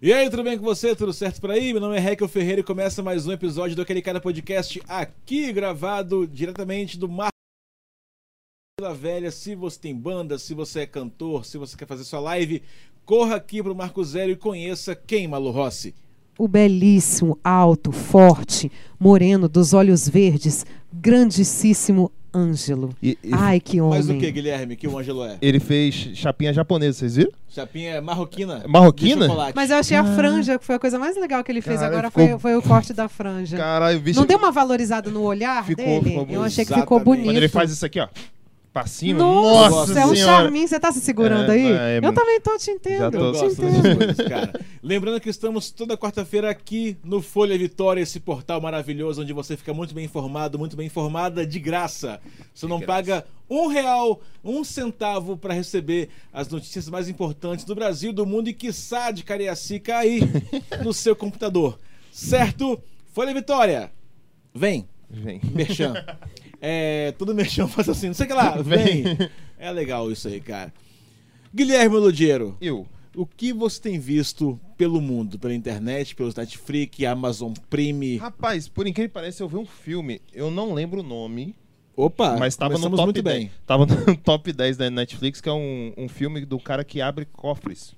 E aí, tudo bem com você? Tudo certo por aí? Meu nome é Raquel Ferreira e começa mais um episódio do Aquele Cara Podcast aqui gravado diretamente do Mar Vila Velha. Se você tem banda, se você é cantor, se você quer fazer sua live, corra aqui pro Marco Zero e conheça quem, Malu Rossi? O belíssimo, alto, forte, moreno, dos olhos verdes, grandissíssimo Ângelo. E- e- Ai, que homem. Mais o que, Guilherme, que o Ângelo é? Ele fez chapinha japonesa, vocês viram? Chapinha é marroquina. É marroquina? De chocolate. Mas eu achei a franja, que foi a coisa mais legal que ele fez Cara, agora, ficou- foi, foi o corte da franja. Caralho, o bicho. Não deu uma valorizada no olhar Ficou- dele? ficou eu achei que ficou Exatamente. bonito. Quando ele faz isso aqui, ó. Pra cima. Nossa, Nossa é um senhora. charminho. Você tá se segurando É, aí? é, eu também tô te entendo. já Eu tô- te gosto entendo. dessas coisas, cara. Lembrando que estamos toda quarta-feira aqui no Folha Vitória, esse portal maravilhoso onde você fica muito bem informado, muito bem informada, de graça. Você não paga um real, um centavo para receber as notícias mais importantes do Brasil, do mundo e quiçá de Cariacica aí no seu computador. Certo? Folha Vitória, vem, Vem. merchan. É, todo merchan faz assim, não sei o que lá, vem. É legal isso aí, cara. Guilherme Ludiero. Eu. O que você tem visto pelo mundo, pela internet, pelos Netflix, Amazon Prime? Rapaz, por incrível que pareça, eu vi um filme. Eu não lembro o nome. Opa, mas tava no Ah, começamos top muito 10. bem. Tava no top 10 da Netflix, que é um, um filme do cara que abre cofres.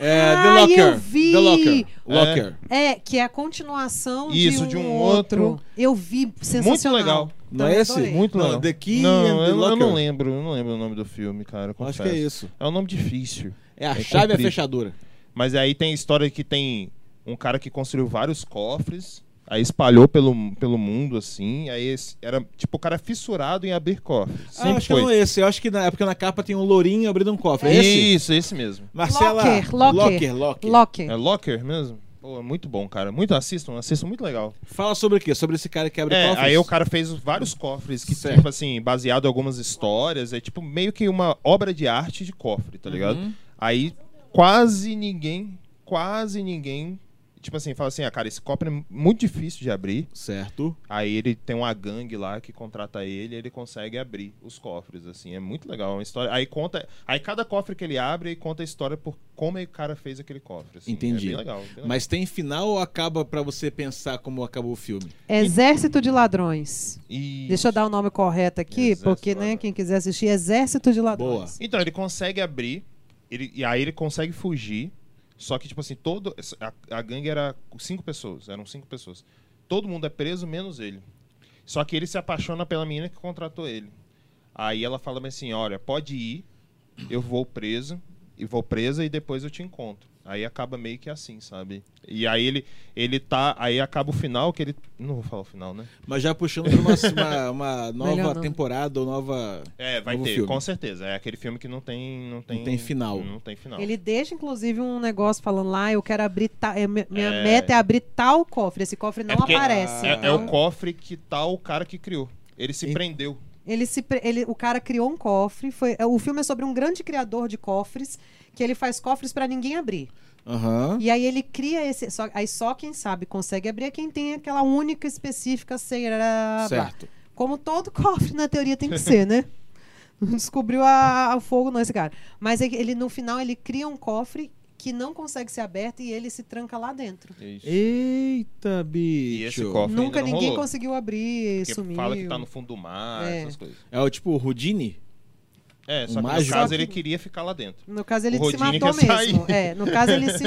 É, Ah, The Locker. eu vi! The Locker. Locker. É, que é a continuação Isso, de, um de um outro. outro. Eu vi, sensacional. legal. Não Também é esse? adorei. Muito Não, legal. The Key não, and The eu, eu não Locker. lembro. Eu não lembro o nome do filme, cara. eu Acho confesso. que é isso. É um nome difícil. É a É chave e a comprido. fechadura. Mas aí tem a história que tem um cara que construiu vários cofres, aí espalhou pelo, pelo mundo, assim, aí esse- era tipo o cara fissurado em abrir cofres. Ah, Sempre acho foi. que não é esse. Eu acho que na, é porque na capa tem um lourinho abrindo um cofre. É esse? Isso, esse mesmo. Marcela. Locker, Locker. Locker, Locker. Locker. É Locker mesmo? Pô, é muito bom, cara. Muito assistam, assistam, muito legal. Fala sobre o quê? Sobre esse cara que abre É, cofres? aí o cara fez vários cofres que, Certo. tipo assim, baseado em algumas histórias, é tipo meio que uma obra de arte de cofre, tá ligado? Uhum. Aí quase ninguém, quase ninguém, tipo assim, fala assim, ah, cara, esse cofre é muito difícil de abrir. Certo. Aí ele tem uma gangue lá que contrata ele, ele consegue abrir os cofres, assim, é muito legal, é uma história. Aí conta, aí cada cofre que ele abre, ele conta a história por como o cara fez aquele cofre, assim. Entendi. É bem legal. bem legal. Mas tem final ou acaba pra você pensar como acabou o filme? É. Exército de Ladrões. E- Deixa eu dar o nome correto aqui, Exército porque de né, Ladrões. quem quiser assistir, Exército de Ladrões. Então ele consegue abrir, ele- e aí ele consegue fugir. Só que tipo assim, todo a, a gangue era cinco pessoas, eram cinco pessoas. Todo mundo é preso menos ele. Só que ele se apaixona pela menina que contratou ele. Aí ela fala bem assim, olha, pode ir, eu vou preso e vou presa e depois eu te encontro. Aí acaba meio que assim, sabe? E aí ele ele tá, aí acaba o final que ele não vou falar o final, né? Mas já puxando pra uma, uma- uma Melhor nova não. temporada ou nova... É, vai Novo ter, filme. com certeza. É aquele filme que não tem não tem tem final. Não tem final. Ele deixa, inclusive, um negócio falando lá, eu quero abrir tal. é, mi- minha É. meta é abrir tal cofre. Esse cofre não É porque- aparece. É, é então, o cofre que tá o cara que criou. Ele se E- prendeu. ele se pre- ele- o cara criou um cofre. Foi, é, o filme é sobre um grande criador de cofres que ele faz cofres pra ninguém abrir. Aham. E aí ele cria esse. Só, aí só quem sabe consegue abrir é quem tem aquela única específica será. Certo. Como todo cofre, na teoria, tem que ser, né? Não descobriu a, a- o fogo, não, esse cara. Mas é que ele, no final, ele cria um cofre que não consegue ser aberto e ele se tranca lá dentro. Eita, bicho. E esse cofre Nunca ainda não ninguém rolou. conseguiu abrir, Porque sumiu. fala que tá no fundo do mar, É. essas coisas. É o tipo Houdini? É, O só que mágico. no caso Só que- ele queria ficar lá dentro. No caso, ele O se Rodine matou quer mesmo. sair. É, no caso, ele se.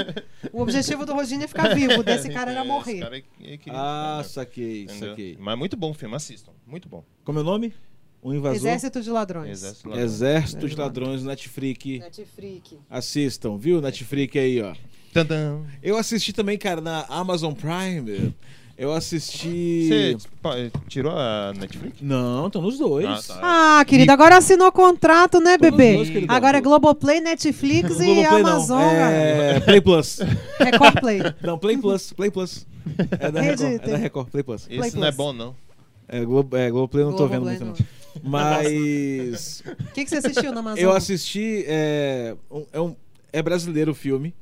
O objetivo do Rodine é ficar vivo, desse cara É, era esse morrer. cara, ele queria Ah, ficar, saquei, entendeu? saquei. Mas muito bom o filme, assistam. Muito bom. Como é o nome? O invasor? Exército, Exército de ladrões. Exército Ladrão. Exército de Ladrões, Netflix. Netflix. Assistam, viu? Netflix aí, ó. Tadam. Eu assisti também, cara, na Amazon Prime. Eu assisti... Você pa- tirou a Netflix? Não, estão nos dois. Ah, tá. Ah, querida, agora assinou o contrato, né, Todos bebê? nós, queridão. agora é Globoplay, Netflix Não, e Globoplay, não. Amazon, galera. É... Play Plus. Record Play. Não, Play Plus. Play Plus. É da Record. É da Acreditem. Record. Play Plus. Esse Play não é Plus. bom, não. É, Globo, é Globoplay, eu não tô vendo Globoplay, muito, não. não. Mas... O que, que você assistiu na Amazon? Eu assisti. É, um- é, um- é brasileiro o filme.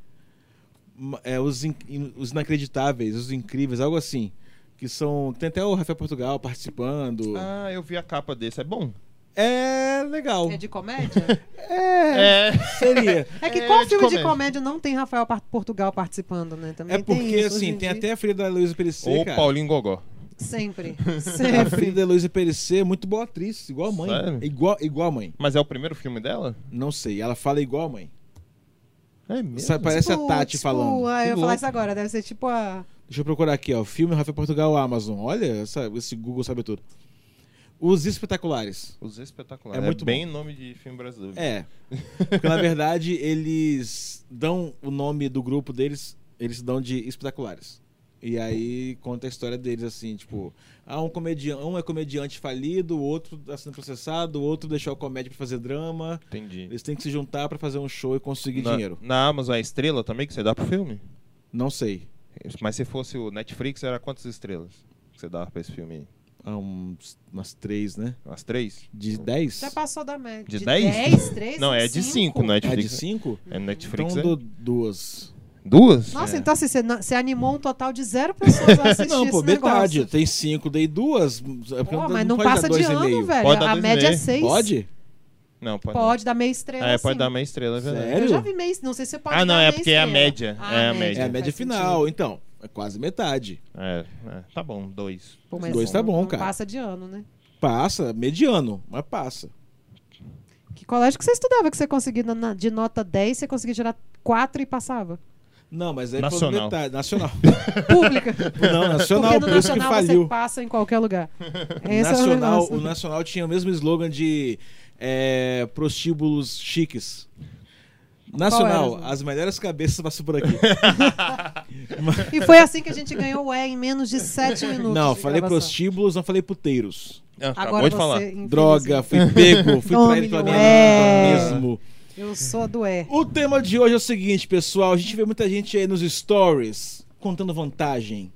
Ma- É, os, In- In- os Inacreditáveis, Os Incríveis, algo Ah. assim. Que são. Tem até o Rafael Portugal participando. Ah, eu vi a capa desse. É bom? É legal. um. É de comédia? É. Seria. É que É qual de filme de comédia. comédia não tem Rafael Par- Portugal participando, né? Também É porque, tem isso hoje assim, em tem dia. até a filha da Luísa Perissé, Ou cara. Paulinho Gogó. Sempre. A Sempre. filha da Luísa Perissé é muito boa atriz, igual a mãe. Sério? Igual, igual a mãe. Mas é o primeiro filme dela? Não sei, ela fala igual a mãe. É mesmo? Sabe, parece a Tipo- Tati tipo, falando. ah, eu ia Que falar louco. isso agora, deve ser tipo a. Deixa eu procurar aqui, ó. Filme Rafael Portugal Amazon. Olha, essa- esse Google sabe tudo. Os espetaculares. Os espetaculares. É muito bem nome de filme brasileiro. É. Porque na verdade eles dão o nome do grupo deles, eles dão de espetaculares. E aí conta a história deles, assim, tipo, ah, um, comedian um é comediante falido, o outro tá sendo processado, o outro deixou a comédia pra fazer drama. Entendi. Eles têm que se juntar pra fazer um show e conseguir na, dinheiro. Na Amazon é estrela também que você dá pro filme? Não sei. Mas se fosse o Netflix, era quantas estrelas que você dava pra esse filme aí? Há uns, umas três, né? Umas três? De dez? Já passou da média. De 10? dez? 3? Não, é de cinco, no É de Netflix. cinco? É Netflix, Então é? dou duas. Duas? Nossa, É. então assim, você, na- você animou um total de zero pessoas a assistir Não, pô, esse metade. negócio. Tem cinco, dei duas. É porque Pô, mas não pode dar passa de dois e ano, meio. velho. Pode dar a dois e média é meio. 6. Pode? Não, pode. Pode assim. dar meia estrela. não. É, pode sim. dar meia estrela, é verdade. Sério? Eu já vi meia Não sei se você pode Ah, não, dar é meia porque é a estrela. média, Ah, é a É média. a média faz final, sentido. então. É quase metade. É, é, tá bom, dois. Pô, mas Dois tá não- bom, não cara. passa de ano, né? Passa, mediano, mas passa. Que colégio que você estudava que você conseguia na- na- de nota 10, você conseguia tirar 4 e passava? Não, mas é Nacional. metade. Nacional. Pública. Não, nacional, Porque por no isso que nacional você faliu. passa em qualquer lugar. Esse Nacional, é o o negócio. Nacional tinha o mesmo slogan de é, prostíbulos chiques. Nacional, era? as melhores cabeças passam por aqui. E foi assim que a gente ganhou o E em menos de 7 minutos. não, de falei gravação. prostíbulos, não falei puteiros. Ah, Agora acabou de você, falar. infelizmente, Droga, fui pego, fui Tome, traído pela minha é. língua mesmo. Eu sou do E. O tema de hoje é o seguinte, pessoal. A gente vê muita gente aí nos stories contando vantagem,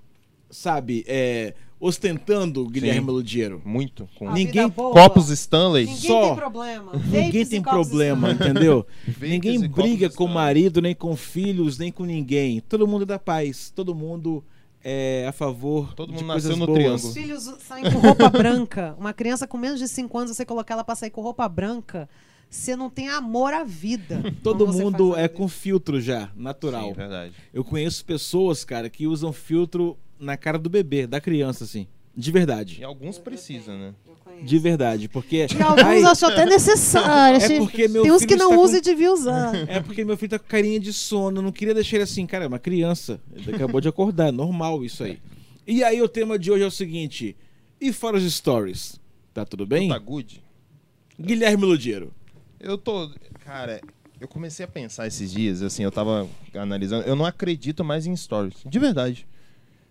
sabe? É, ostentando Guilherme Sim. Meludiero. Muito. Com A Ninguém- vida Ah, boa. Copos Stanley. Ninguém só. tem problema. Ninguém Vapes tem e copos problema, assim. estão. entendeu? Vapes ninguém e copos briga com o Stanley. marido, nem com filhos, nem com ninguém. Todo mundo é da paz. Todo mundo é a favor Todo de mundo coisas nasceu no boas. triângulo. Os filhos saem com roupa branca. Uma criança com menos de 5 anos, você colocar ela pra sair com roupa branca, você não tem amor à vida. Todo Quando você mundo faz é isso. com filtro já, natural. Sim, verdade. Eu conheço pessoas, cara, que usam filtro na cara do bebê, da criança, assim. De verdade. E alguns precisam, né? Eu conheço. De verdade, porque... E alguns Ai, acham até necessário. É porque meu Tem uns que filho não está usam e devia usar. É porque meu filho tá com carinha de sono, eu não queria deixar ele assim, cara, é uma criança. Ele acabou de acordar, é normal isso aí. E aí o tema de hoje é o seguinte: e fora os stories? Tá tudo bem? Tá good. Guilherme Ludiero. Eu tô. Cara, eu comecei a pensar esses dias, assim, eu tava analisando. Eu não acredito mais em stories. De verdade.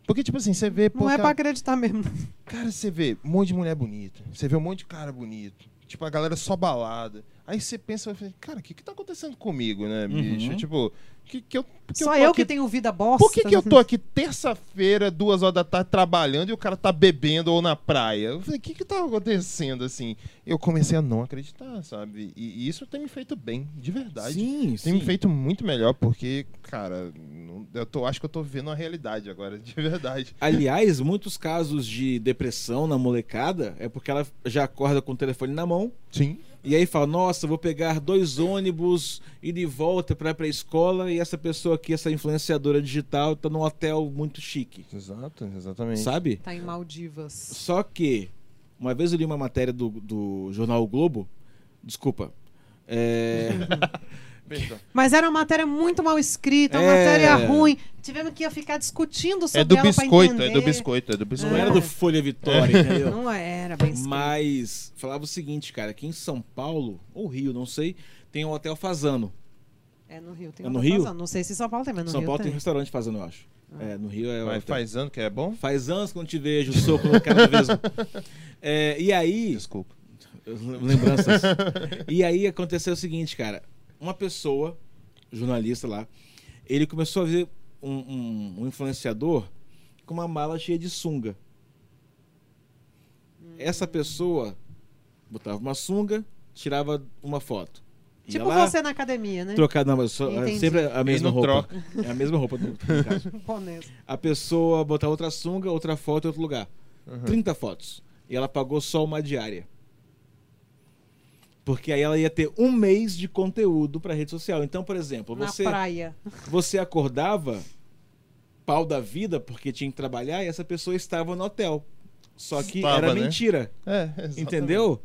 Porque, tipo assim, você vê. pô, Não é cara- pra acreditar mesmo. Cara, você vê um monte de mulher bonita, você vê um monte de cara bonito, tipo, a galera só balada. Aí você pensa, vai falar, cara, o que, que tá acontecendo comigo, né, bicho? Tipo, que, que eu. por que Uhum. Só tô eu aqui- que tenho vida bosta. Por que, que eu tô aqui terça-feira, duas horas da tarde, trabalhando e o cara tá bebendo ou na praia? Eu falei, o que que tá acontecendo, assim? Eu comecei a não acreditar, sabe? E, e isso tem me feito bem, de verdade. Sim, Tem me feito muito melhor, porque, cara, não- eu tô, acho que eu tô vendo a realidade agora, de verdade. Aliás, muitos casos de depressão na molecada é porque ela já acorda com o telefone na mão Sim. e aí fala: Nossa, eu vou pegar dois ônibus e de volta pra, pra escola e essa pessoa aqui, essa influenciadora digital, tá num hotel muito chique, Exato, exatamente. sabe? Tá em Maldivas. Só que, uma vez eu li uma matéria do, do jornal o Globo, desculpa. É, Perdão. Mas era uma matéria muito mal escrita, uma É. matéria ruim. Tivemos que ficar discutindo sobre É do ela biscoito, pra é entender. do biscoito, é do não biscoito. era do Folha Vitória, entendeu? É. Não era bem escrito. Mas falava o seguinte, cara, que em São Paulo, ou Rio, não sei, tem um hotel Fazano. É no Rio. Tem É um no outro Rio? fazão. Não sei se São Paulo tem, mas no São Rio Paulo tem, tem. Ah. um restaurante Fazano, eu acho. É, no Rio é o Mas hotel. faz ano que é bom? Faz anos que eu não te vejo, soco no cara mesmo. É, e aí, Desculpa. lembranças. e aí aconteceu o seguinte, cara. Uma pessoa, jornalista lá, ele começou a ver um, um- um influenciador com uma mala cheia de sunga. Essa pessoa botava uma sunga, tirava uma foto. Ia Tipo lá, você na academia, né? Trocado, não, mas só- é Entendi. sempre a mesma não roupa. troca. É a mesma roupa, no, no caso. Japonesa. A pessoa botar outra sunga, outra foto em outro lugar. 30 fotos. E ela pagou só uma diária. Porque aí ela ia ter um mês de conteúdo pra rede social. Então, por exemplo, na você, praia. você acordava pau da vida porque tinha que trabalhar e essa pessoa estava no hotel. Só que Estava, era né? mentira. É, exatamente. Entendeu?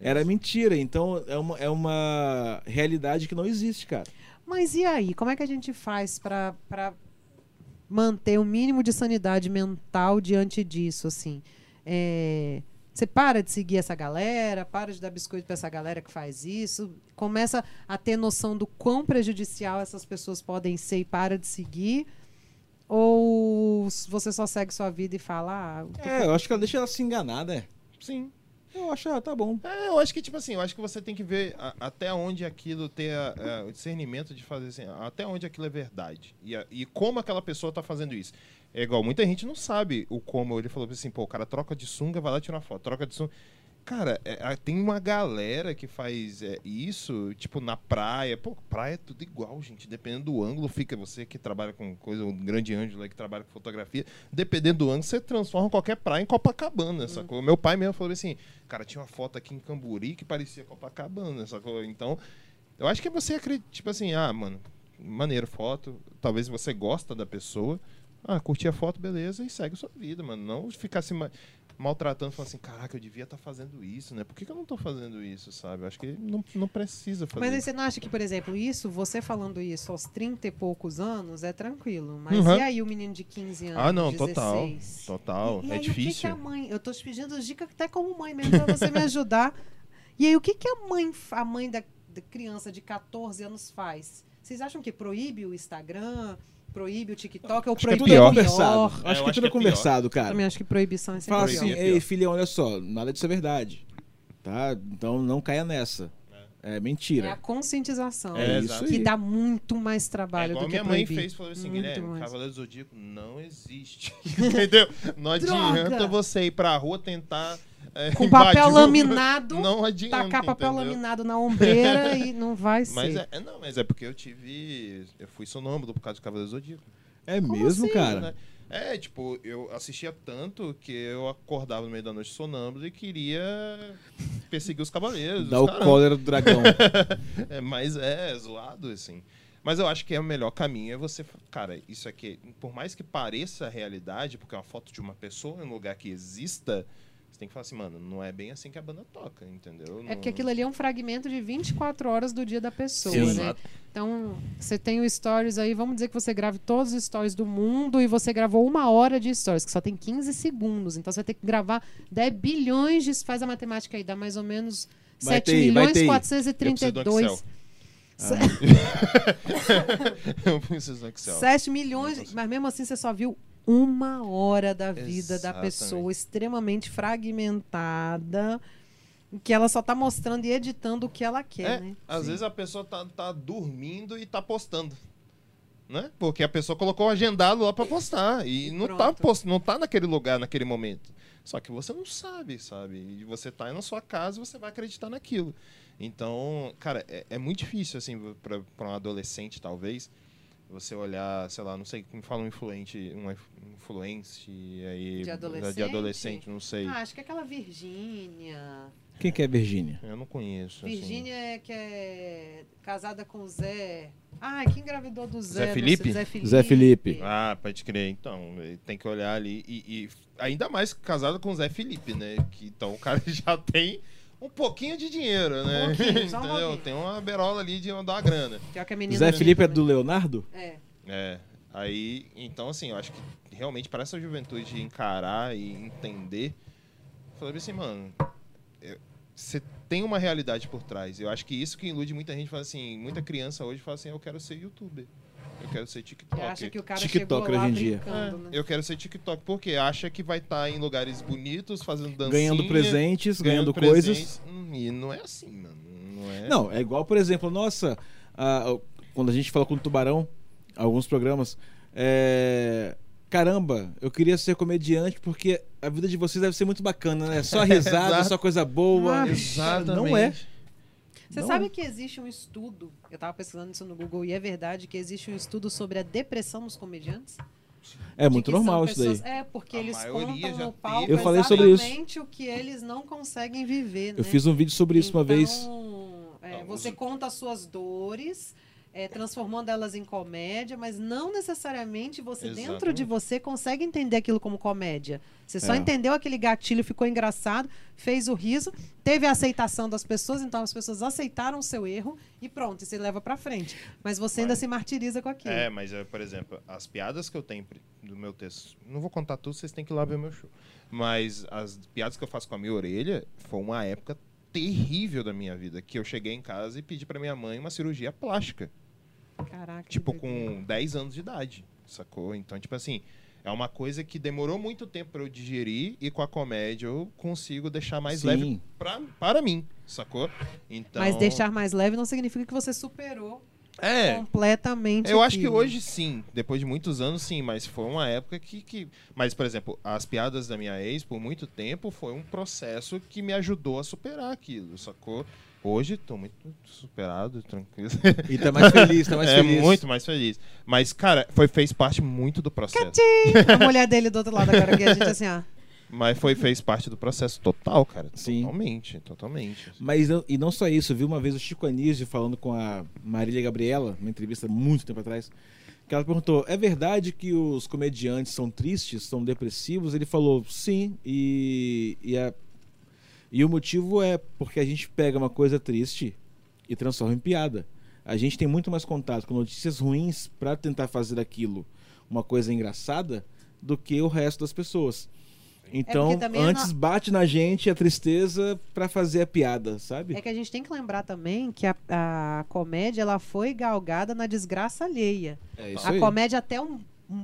Era mentira. Então é uma, é uma realidade que não existe, cara. Mas e aí? Como é que a gente faz pra pra manter o mínimo de sanidade mental diante disso, assim? É, Você para de seguir essa galera, para de dar biscoito pra essa galera que faz isso, começa a ter noção do quão prejudicial essas pessoas podem ser e para de seguir? Ou s- você só segue sua vida e fala, ah, eu tô É, eu acho que ela deixa ela se enganar, né? Sim. Eu acho, ah, tá bom. É, eu acho que, tipo assim, eu acho que você tem que ver a- até onde aquilo tem a- a- o discernimento de fazer assim, até onde aquilo é verdade. E, a- e como aquela pessoa tá fazendo isso. É igual, muita gente não sabe o como. Ele falou assim, pô, o cara troca de sunga, vai lá tirar uma foto, troca de sunga. Cara, é, a- tem uma galera que faz é, isso, tipo, na praia. Pô, praia é tudo igual, gente. Dependendo do ângulo, fica você que trabalha com coisa, um grande ângelo aí que trabalha com fotografia. Dependendo do ângulo, você transforma qualquer praia em Copacabana, sacou? Meu pai mesmo falou assim, cara, tinha uma foto aqui em Camburi que parecia Copacabana, sacou? Então, eu acho que você acredita, tipo assim, ah, mano, maneiro foto, talvez você gosta da pessoa. Ah, curti a foto, beleza, e segue sua vida, mano. Não ficar se ma- maltratando, falando assim, caraca, eu devia estar fazendo isso, né? Por que, que eu não tô fazendo isso, sabe? Eu acho que não, não precisa fazer Mas aí isso. você não acha que, por exemplo, isso, você falando isso aos 30 e poucos anos, é tranquilo. Mas Uhum. e aí o menino de 15 anos? Ah, não, 16? total. Total. assim, E, e é aí o que que, difícil. a mãe. Eu tô te pedindo dica até como mãe mesmo pra você me ajudar. E aí, o que, que a mãe, fa- a mãe da, da criança de 14 anos faz? Vocês acham que proíbe o Instagram, proíbe o TikTok ou Acho que é proíbe Tudo é pior. o pior? conversado. É, acho eu que acho tudo que é é conversado, Eu cara. também acho que proibição é sempre Fala pior. assim, pior. ei, filha, olha só, nada disso é verdade. Tá? Então não caia nessa. É É a mentira. conscientização. É, É, isso exato. aí. Que dá muito mais É trabalho igual do que minha mãe proibir. fez, falou assim, Muito Guilherme, mais. Cavaleiro do Zodíaco não existe. Entendeu? Não Droga! adianta você ir pra rua tentar. é, Com invadir papel o- laminado. Não adianta. tacar papel entendeu? laminado na ombreira e não vai ser. Mas é, é, não, mas é porque eu tive. Eu fui sonâmbulo por causa do Cavaleiro do Zodíaco. É mesmo, assim, cara? né? É, tipo, eu assistia tanto que eu acordava no meio da noite sonâmbulo e queria perseguir os cavaleiros. Dá os o caramba. cólera do dragão. É, mas é, é zoado, assim. Mas eu acho que é o melhor caminho é você. fa- Cara, isso aqui, por mais que pareça a realidade, porque é uma foto de uma pessoa em um lugar que exista, você tem que falar assim, mano, não é bem assim que a banda toca, entendeu? É porque aquilo ali é um fragmento de 24 horas do dia da pessoa, né? Exato. Então, você tem o stories aí, vamos dizer que você grave todos os stories do mundo e você gravou uma hora de stories, que só tem 15 segundos. Então, você vai ter que gravar 10 bilhões de... Faz a matemática aí, dá mais ou menos Vai 7 ter aí, vai ter milhões aí. Eu preciso do 432... Excel. Ah. Eu preciso do Excel. 7 milhões, mas mesmo assim você só viu uma hora da vida da Exatamente. pessoa extremamente fragmentada, que ela só tá mostrando e editando o que ela quer, É, né? Às vezes a pessoa tá, tá dormindo e tá postando. Né? Porque a pessoa colocou o agendado lá pra postar. E, E não, tá pronto. post, não tá naquele lugar, naquele momento. Só que você não sabe, sabe? E você tá aí na sua casa e você vai acreditar naquilo. Então, cara, é, é muito difícil, assim, pra, pra um adolescente, talvez, você olhar, sei lá, não sei, me fala um influente, um inf- influente aí... De adolescente? adolescente, não sei. Ah, acho que é aquela Virgínia. Quem que é Virgínia? Eu não conheço, assim. Virgínia é que é casada com o Zé. Ah, quem engravidou do Zé? Zé Não Felipe? sei, Zé Felipe. Zé Felipe. Ah, pode crer. Então, eh, tem que olhar ali. E, e ainda mais casado com o Zé Felipe, né? Que, então o cara já tem um pouquinho de dinheiro, né? pouquinho, só um Entendeu? pouquinho. Tem uma berola ali de mandar uma grana. Pior que a menina Zé também. Felipe é do Leonardo? É. É. Aí, então, assim, eu acho que realmente para essa juventude encarar e entender, falei assim, mano, eu- você tem uma realidade por trás. Eu acho que isso que ilude muita gente, fala assim, muita criança hoje fala assim, eu quero ser youtuber. Eu quero ser Que TikToker. acha que o cara TikToker chegou lá hoje em dia. brincando, né? Eu quero ser TikTok porque acha que vai estar em lugares bonitos, fazendo dancinha, Ganhando presentes, ganhando, coisas. presentes. Hum, E não é assim, mano. Não é. Não, é igual, por exemplo, nossa, a- o- quando a gente fala com o Tubarão, alguns programas, é, Caramba, eu queria ser comediante porque a vida de vocês deve ser muito bacana, né? Só risada, Exato. só coisa boa. Ah, Exatamente. Não é. Você Não. sabe que existe um estudo, eu estava pesquisando isso no Google e é verdade, que existe um estudo sobre a depressão nos comediantes? É de muito que normal são isso pessoas- daí. É, porque A eles maioria contam já no teve. palco Eu falei sobre isso. exatamente o que eles não conseguem viver, né? Eu fiz um vídeo sobre isso uma Então, vez. é, Ah, você os- conta as suas dores, é, transformando elas em comédia, mas não necessariamente você, dentro de Exatamente. você, consegue entender aquilo como comédia. Você só É. entendeu aquele gatilho, ficou engraçado, fez o riso, teve a aceitação das pessoas, então as pessoas aceitaram o seu erro e pronto, e você leva pra frente. Mas você ainda Mas- se martiriza com aquilo. É, mas, é, por exemplo, as piadas que eu tenho pri- no meu texto, não vou contar tudo, vocês têm que ir lá ver o meu show. Mas as piadas que eu faço com a minha orelha foi uma época terrível da minha vida, que eu cheguei em casa e pedi pra minha mãe uma cirurgia plástica, Caraca. que tipo doideira. com 10 anos de idade, sacou? Então, tipo assim, é uma coisa que demorou muito tempo pra eu digerir e com a comédia eu consigo deixar mais Sim. leve pra, para mim, sacou? Então, Mas deixar mais leve não significa que você superou é, completamente. Eu acho que aquilo. hoje sim, depois de muitos anos sim, mas foi uma época que, que. Mas, por exemplo, as piadas da minha ex, por muito tempo, foi um processo que me ajudou a superar aquilo, sacou? Hoje tô muito superado, tranquilo. E tá mais feliz, tá mais é feliz. muito mais feliz. Mas, cara, foi, fez parte muito do processo. A mulher dele do outro lado agora, que a gente assim, ó. Mas foi, fez parte do processo total, cara. Sim. Totalmente, totalmente. Mas não- e não só isso, eu vi uma vez o Chico Anísio falando com a Marília Gabriela, numa entrevista muito tempo atrás, que ela perguntou: é verdade que os comediantes são tristes, são depressivos? Ele falou: sim, e, e, a- e o motivo é porque a gente pega uma coisa triste e transforma em piada. A gente tem muito mais contato com notícias ruins para tentar fazer daquilo uma coisa engraçada do que o resto das pessoas. Então, porque também é antes bate na gente a tristeza pra fazer a piada, sabe? É que a gente tem que lembrar também que a, a comédia ela foi galgada na desgraça alheia. É a comédia até um, um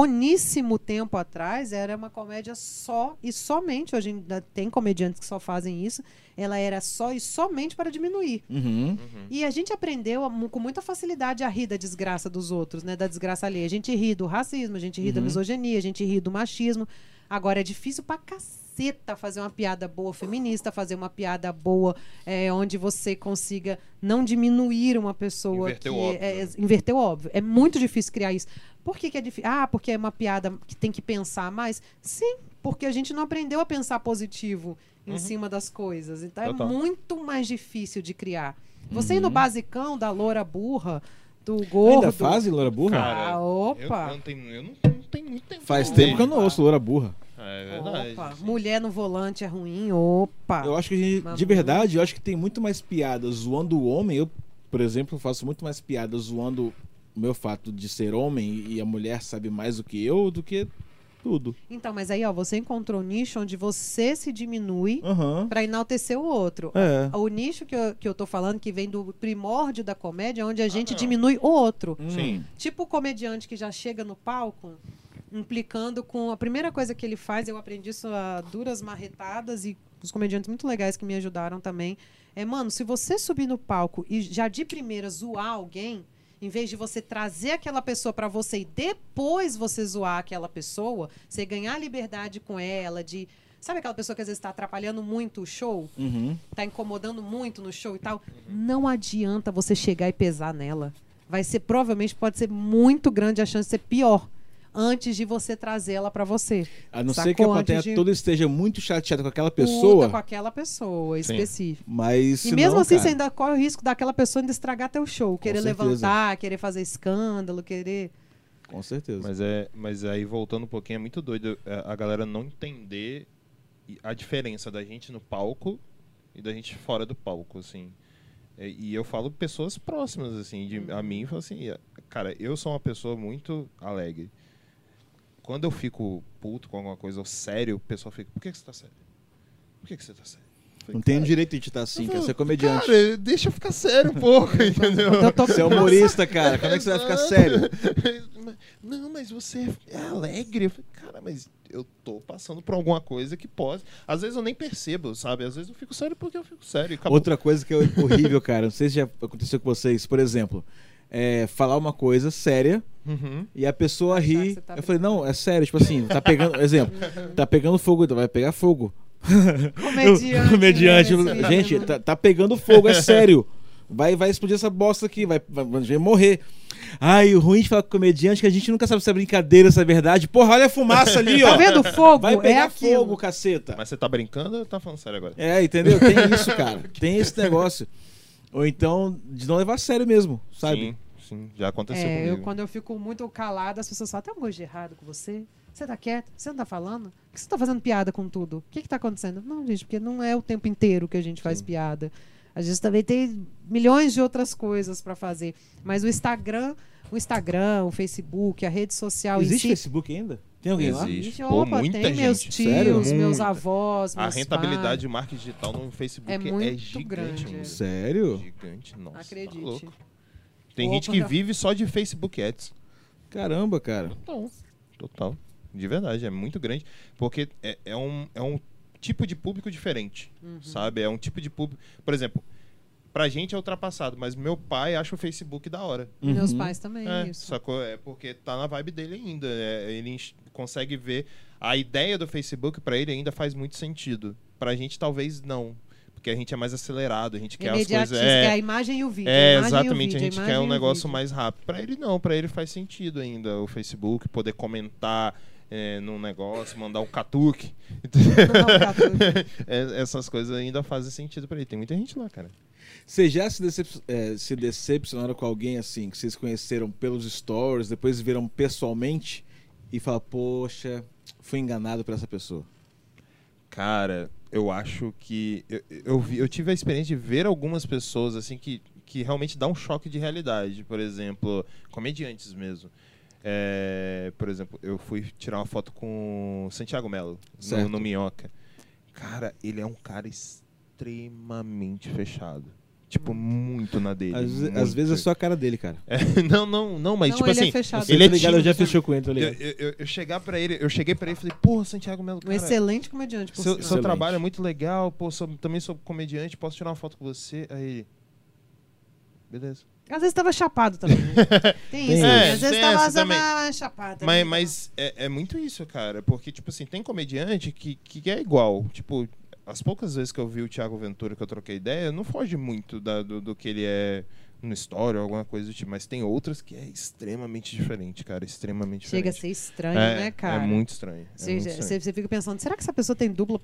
boníssimo tempo atrás era uma comédia só e somente, hoje ainda tem comediantes que só fazem isso, ela era só e somente para diminuir. Uhum. Uhum. E a gente aprendeu a mu- com muita facilidade a rir da desgraça dos outros, né? Da desgraça alheia. A gente ri do racismo, a gente ri da Uhum. misoginia, a gente ri do machismo. Agora é difícil pra caceta fazer uma piada boa feminista, fazer uma piada boa é, onde você consiga não diminuir uma pessoa. Inverter que o óbvio, é- né? é- inverter o óbvio. É muito difícil criar isso. Por que, que é difícil? Ah, porque é uma piada que tem que pensar mais? Sim, porque a gente não aprendeu a pensar positivo em Uhum. cima das coisas. Então Total. é muito mais difícil de criar. Você Uhum. ir no basicão da loura burra, do gordo. Ainda fazem Loura Burra? Cara, Ah, Eu, opa! eu não tenho, eu não, não tenho muito tempo. Faz não. tempo que eu não ouço Loura Burra. É verdade. Opa, sim. mulher no volante é ruim, opa. Ah, Eu acho que, a gente, de Mamãe. verdade, eu acho que tem muito mais piada zoando o homem. Eu, por exemplo, faço muito mais piada zoando o meu fato de ser homem e a mulher sabe mais do que eu do que tudo. Então, mas aí, ó, você encontrou um nicho onde você se diminui Aham. pra enaltecer o outro. É. O nicho que eu, que eu tô falando, que vem do primórdio da comédia, é onde a gente Ah, não. diminui o outro. Hum. Sim. Tipo o comediante que já chega no palco implicando com a primeira coisa que ele faz, eu aprendi isso a duras marretadas e os comediantes muito legais que me ajudaram também. É, mano, se você subir no palco e já de primeira zoar alguém, em vez de você trazer aquela pessoa pra você e depois você zoar aquela pessoa, você ganhar liberdade com ela de Sabe aquela pessoa que às vezes está atrapalhando muito o show? Uhum. tá incomodando muito no show e tal, não adianta você chegar e pesar nela. Vai ser, provavelmente, pode ser muito grande a chance de ser pior antes de você trazer ela pra você. A não ser Sacou? que a Antes plateia de- toda esteja muito chateada com aquela Puta pessoa, com aquela pessoa Sim. específica. mas. E se mesmo não, assim, cara, você ainda corre o risco daquela pessoa ainda estragar teu show. Querer certeza. levantar, querer fazer escândalo, querer. Com certeza. Mas, é, mas aí, voltando um pouquinho, é muito doido é, a galera não entender e- a diferença da gente no palco e da gente fora do palco, assim. É, E eu falo pessoas próximas, assim, de, a mim, eu falo assim, é, cara, eu sou uma pessoa muito alegre. Quando eu fico puto com alguma coisa ou sério, o pessoal fica, por que, que você tá sério? Por que, que você tá sério? Eu falei, Não tem "Cara, direito de te estar assim, cara. Você é comediante. Cara, deixa eu ficar sério um pouco, entendeu? Então, Eu tô Você é humorista, cara. Como é que você vai ficar Exato. sério? Não, mas você é alegre. Eu falei, cara, mas eu tô passando por alguma coisa que pode. Às vezes eu nem percebo, sabe? Às vezes eu fico sério porque eu fico sério. e acabou. Outra coisa que é horrível, cara. Não sei se já aconteceu com vocês. Por exemplo, é, falar uma coisa séria Uhum. e a pessoa Achar que ri. você tá eu falei, não, é sério. Tipo assim, tá pegando. Exemplo, tá pegando fogo, então vai pegar fogo. Comediante. Comediante. tipo, né, nesse Gente, nível, né? tá, tá pegando fogo, é sério. Vai, vai explodir essa bosta aqui, vai, vai, vai morrer. Ai, o ruim de falar com comediante é que a gente nunca sabe se é brincadeira, se é verdade. Porra, olha a fumaça ali, ó. Tá vendo o fogo? Vai é pegar aquilo. fogo, caceta. Mas você tá brincando ou tá falando sério agora? É, entendeu? Tem isso, cara. Tem esse negócio. Ou então, de não levar a sério mesmo, sabe? Sim, sim, já aconteceu É, eu, comigo. quando eu fico muito calada, as pessoas falam, tem alguma coisa de errado com você? Você tá quieto? Você não tá falando? Por que você tá fazendo piada com tudo? O que que tá acontecendo? Não, gente, porque não é o tempo inteiro que a gente faz piada. A gente também tem milhões de outras coisas pra fazer. Mas o Instagram, o Instagram, o Facebook, a rede social Existe em si... Facebook ainda? Tem alguém lá? Existe. Pô, Opa, muita tem meus gente, tios, sério? meus Muita. avós, A meus rentabilidade de marketing digital no Facebook É é, muito gigante. grande, mano. é. Sério? Gigante, nossa. pais. tá Acredite. louco. Tem gente Opa. que vive só de Facebook Ads. Caramba, cara. Total. Total. De verdade, é muito grande. Porque é, é um, é um tipo de público diferente, Uhum. sabe? É um tipo de público... Por exemplo, pra gente é ultrapassado, mas meu pai acha o Facebook da hora. Meus Uhum. pais também, É, isso. sacou? É porque tá na vibe dele ainda. é, ele enx- consegue ver. A ideia do Facebook pra ele ainda faz muito sentido. Pra gente, talvez não. Porque a gente é mais acelerado, a gente quer as coisas. Imediatista, é a imagem e o vídeo. É, a imagem e o exatamente. A vídeo, gente imagem quer um e o negócio vídeo. mais rápido. Pra ele não, pra ele faz sentido ainda o Facebook, poder comentar é, num negócio, mandar um catuque. Uhum. É, Essas coisas ainda fazem sentido pra ele. Tem muita gente lá, cara. Vocês já se, decep- eh, se decepcionaram com alguém assim, que vocês conheceram pelos stories, depois viram pessoalmente e falaram, poxa, fui enganado por essa pessoa. Cara, eu acho que. Eu, eu, vi- eu tive a experiência de ver algumas pessoas, assim, que, que realmente dá um choque de realidade. Por exemplo, comediantes mesmo. É, por exemplo, eu fui tirar uma foto com o Santiago Melo, no, Certo. no Minhoca. Cara, ele é um cara extremamente fechado. Tipo, Hum. muito na dele. Às, ve- às muito. vezes é só a cara dele, cara. É, não, não, não, mas Não, tipo ele é assim. fechado. Eu sei, Ele é tá ligado, tímido, né? eu já sabe? fechou com ele, tá eu, ligado? eu, eu- eu chegar pra ele, eu cheguei pra ele e falei, porra, Santiago Melo, Um cara, excelente comediante, por seu, seu sinal. Excelente. trabalho é muito legal, pô, sou- também sou comediante, posso tirar uma foto com você? Aí. Beleza. Às vezes tava chapado também, né? Tem isso, Tem né? isso. Às É, vezes tem tava essa essa também. ma- chapado. também, Mas, tá mas é, é muito isso, cara. Porque, tipo assim, tem comediante que, que é igual. Tipo, as poucas vezes que eu vi o Thiago Ventura que eu troquei ideia, não foge muito da- do, do que ele é no story ou alguma coisa do tipo. Mas tem outras que é extremamente diferente, cara. Extremamente bom. Chega a diferente. ser estranho, é, né, cara? É muito estranho. é muito estranho. Você fica pensando, será que essa pessoa tem dupla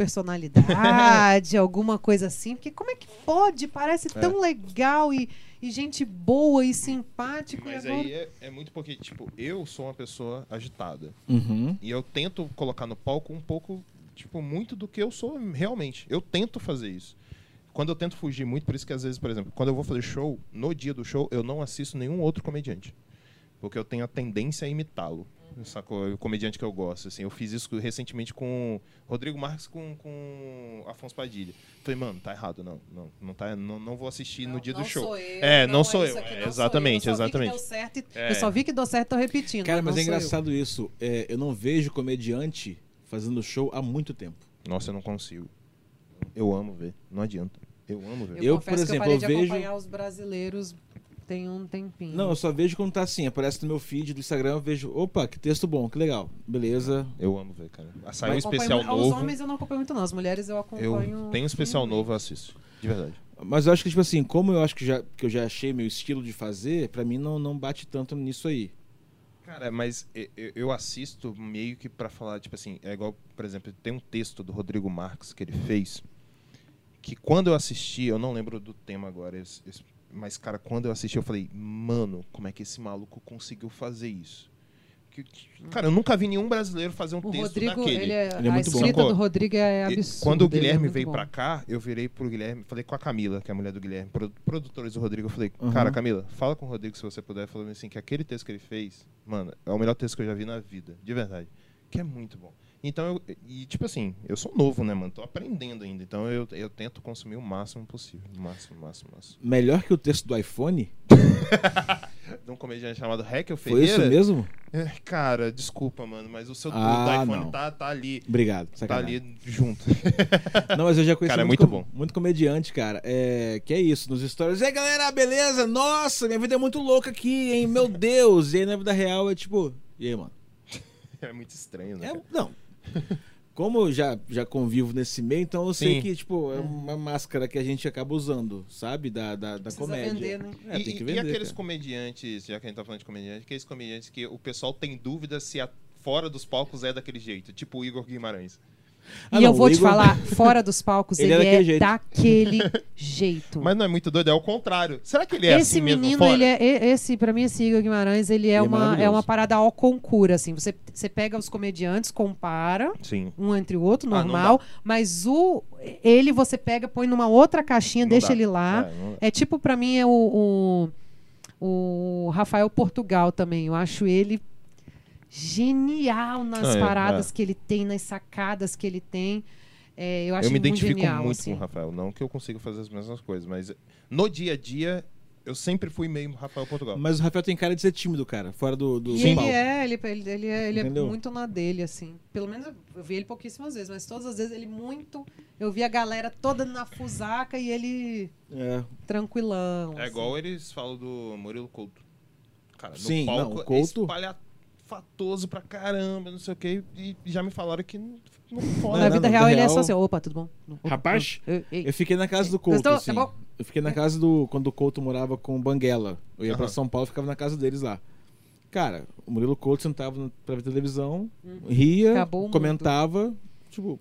personalidade, alguma coisa assim? Porque como é que pode? Parece É. tão legal e, e gente boa e simpático. Mas e agora... aí é, é muito porque, tipo, eu sou uma pessoa agitada. Uhum. E eu tento colocar no palco um pouco, tipo, muito do que eu sou realmente. Eu tento fazer isso. Quando eu tento fugir muito, por isso que às vezes, por exemplo, quando eu vou fazer show, no dia do show, eu não assisto nenhum outro comediante. Porque eu tenho a tendência a imitá-lo. Sacou? O comediante que eu gosto. Assim, eu fiz isso recentemente com Rodrigo Marques com, com Afonso Padilha. Falei, mano, tá errado, não. Não, não, tá, não, não vou assistir no dia do show. É, não sou eu. É, exatamente, Eu exatamente. só vi que deu certo, e- É. eu só vi que deu certo e tô repetindo. Cara, mas não é sou eu. engraçado isso. É, eu não vejo comediante fazendo show há muito tempo. Nossa, eu não consigo. Eu amo ver. Não adianta. Eu amo ver. Eu, por confesso que eu exemplo, parei eu de vejo- acompanhar os brasileiros tem um tempinho. Não, eu só vejo quando tá assim, aparece no meu feed do Instagram, eu vejo, opa, que texto bom, que legal. Beleza. Eu amo ver, cara. Saiu um Eu acompanho especial muito- Os novo. homens eu não acompanho muito, não. As mulheres eu Eu acompanho. tenho um especial novo, eu assisto. De verdade. Mas eu acho que, tipo assim, como eu acho que, já, que eu já achei meu estilo de fazer, pra mim não, não bate tanto nisso aí. Cara, mas e- eu eu assisto meio que pra falar, tipo assim, é igual, por exemplo, tem um texto do Rodrigo Marques que ele fez, que quando eu assisti, eu não lembro do tema agora, es- es- mas, cara, quando eu assisti, eu falei, mano, como é que esse maluco conseguiu fazer isso? Que- que- Cara, eu nunca vi nenhum brasileiro fazer um O texto Rodrigo, daquele. ele é, Ele é a muito bom. escrita Sacou? do Rodrigo é E absurda. Quando o ele é Guilherme muito veio bom. pra cá, eu virei pro Guilherme, falei com a Camila, que é a mulher do Guilherme, pro- produtores do Rodrigo, eu falei, Uhum. cara, Camila, fala com o Rodrigo se você puder, falando assim, que aquele texto que ele fez, mano, é o melhor texto que eu já vi na vida, de verdade. Que é muito bom. Então, eu, e tipo assim, eu sou novo, né, mano? Tô aprendendo ainda. Então eu, eu tento consumir o máximo possível. O máximo, o máximo, o máximo. Melhor que o texto do iPhone? De um comediante chamado Heckel Foi isso Ferreira. mesmo? É, cara, desculpa, mano, mas o seu o Ah, do iPhone não. tá, tá ali. Obrigado. Tá Sacanagem. ali junto. Não, mas eu já conheci Cara, é muito, muito com- muito comediante, cara. É, que é isso, nos stories. E aí, galera, beleza? Nossa, minha vida é muito louca aqui, hein? Meu Deus. E aí, na vida real, é tipo... E aí, mano? é muito estranho, né? É, cara? não. Como eu já, já convivo nesse meio, então eu sei Sim. que, tipo, é uma máscara que a gente acaba usando, sabe? Da, da, da Precisa comédia. vender, né? É, e, tem que e- vender. e aqueles cara. comediantes, já que a gente tá falando de comediante, aqueles comediantes que o pessoal tem dúvida se a- fora dos palcos é daquele jeito, tipo o Igor Guimarães. Ah, e não, eu vou o te Igor- falar, fora dos palcos, Ele ele, é daquele é jeito. daquele jeito. Mas não é muito doido, é o contrário. Será que ele é Hum. esse assim mesmo menino, fora? ele é, e- esse, pra mim, esse Igor Guimarães, ele é, Ele é uma, é maravilhoso. uma parada ao concura, assim. Você, você pega os comediantes, compara Sim. um entre o outro, Ah, não normal, mas o ele você pega, põe numa outra caixinha, Não deixa dá. ele lá. É, não- É, tipo, pra mim, é o, o, o Rafael Portugal também. Eu acho ele genial nas Ah, é, paradas que ele tem, nas sacadas que ele tem. É, eu acho Eu me ele muito identifico genial, muito assim. com o Rafael. Não que eu consiga fazer as mesmas coisas, mas no dia a dia eu sempre fui meio Rafael Portugal. Mas o Rafael tem cara de ser tímido, cara, fora do, do, do E ele palco. é, ele, ele, ele é, ele é Entendeu? muito na dele, assim. Pelo menos eu- eu vi ele pouquíssimas vezes, mas todas as vezes ele muito. Eu vi a galera toda na fusaca e ele É. tranquilão. É assim. igual eles falam do Murilo Couto. Cara, no Sim, não, palco o Couto- é espalhafatoso pra caramba, não sei o quê. E já me falaram que não não pode. Na não, vida na real vida ele é real- só assim, opa, tudo bom? Opa, Rapaz, tudo bom? Ei, ei. Eu fiquei na casa do Couto, Gostou? Tá assim. bom? Eu fiquei na casa do... Quando o Couto morava com o Banguela. Eu ia pra Aham. São Paulo e ficava na casa deles lá. Cara, o Murilo Couto sentava no- pra ver televisão, ria, Uhum. Acabou o mundo. comentava. Tipo,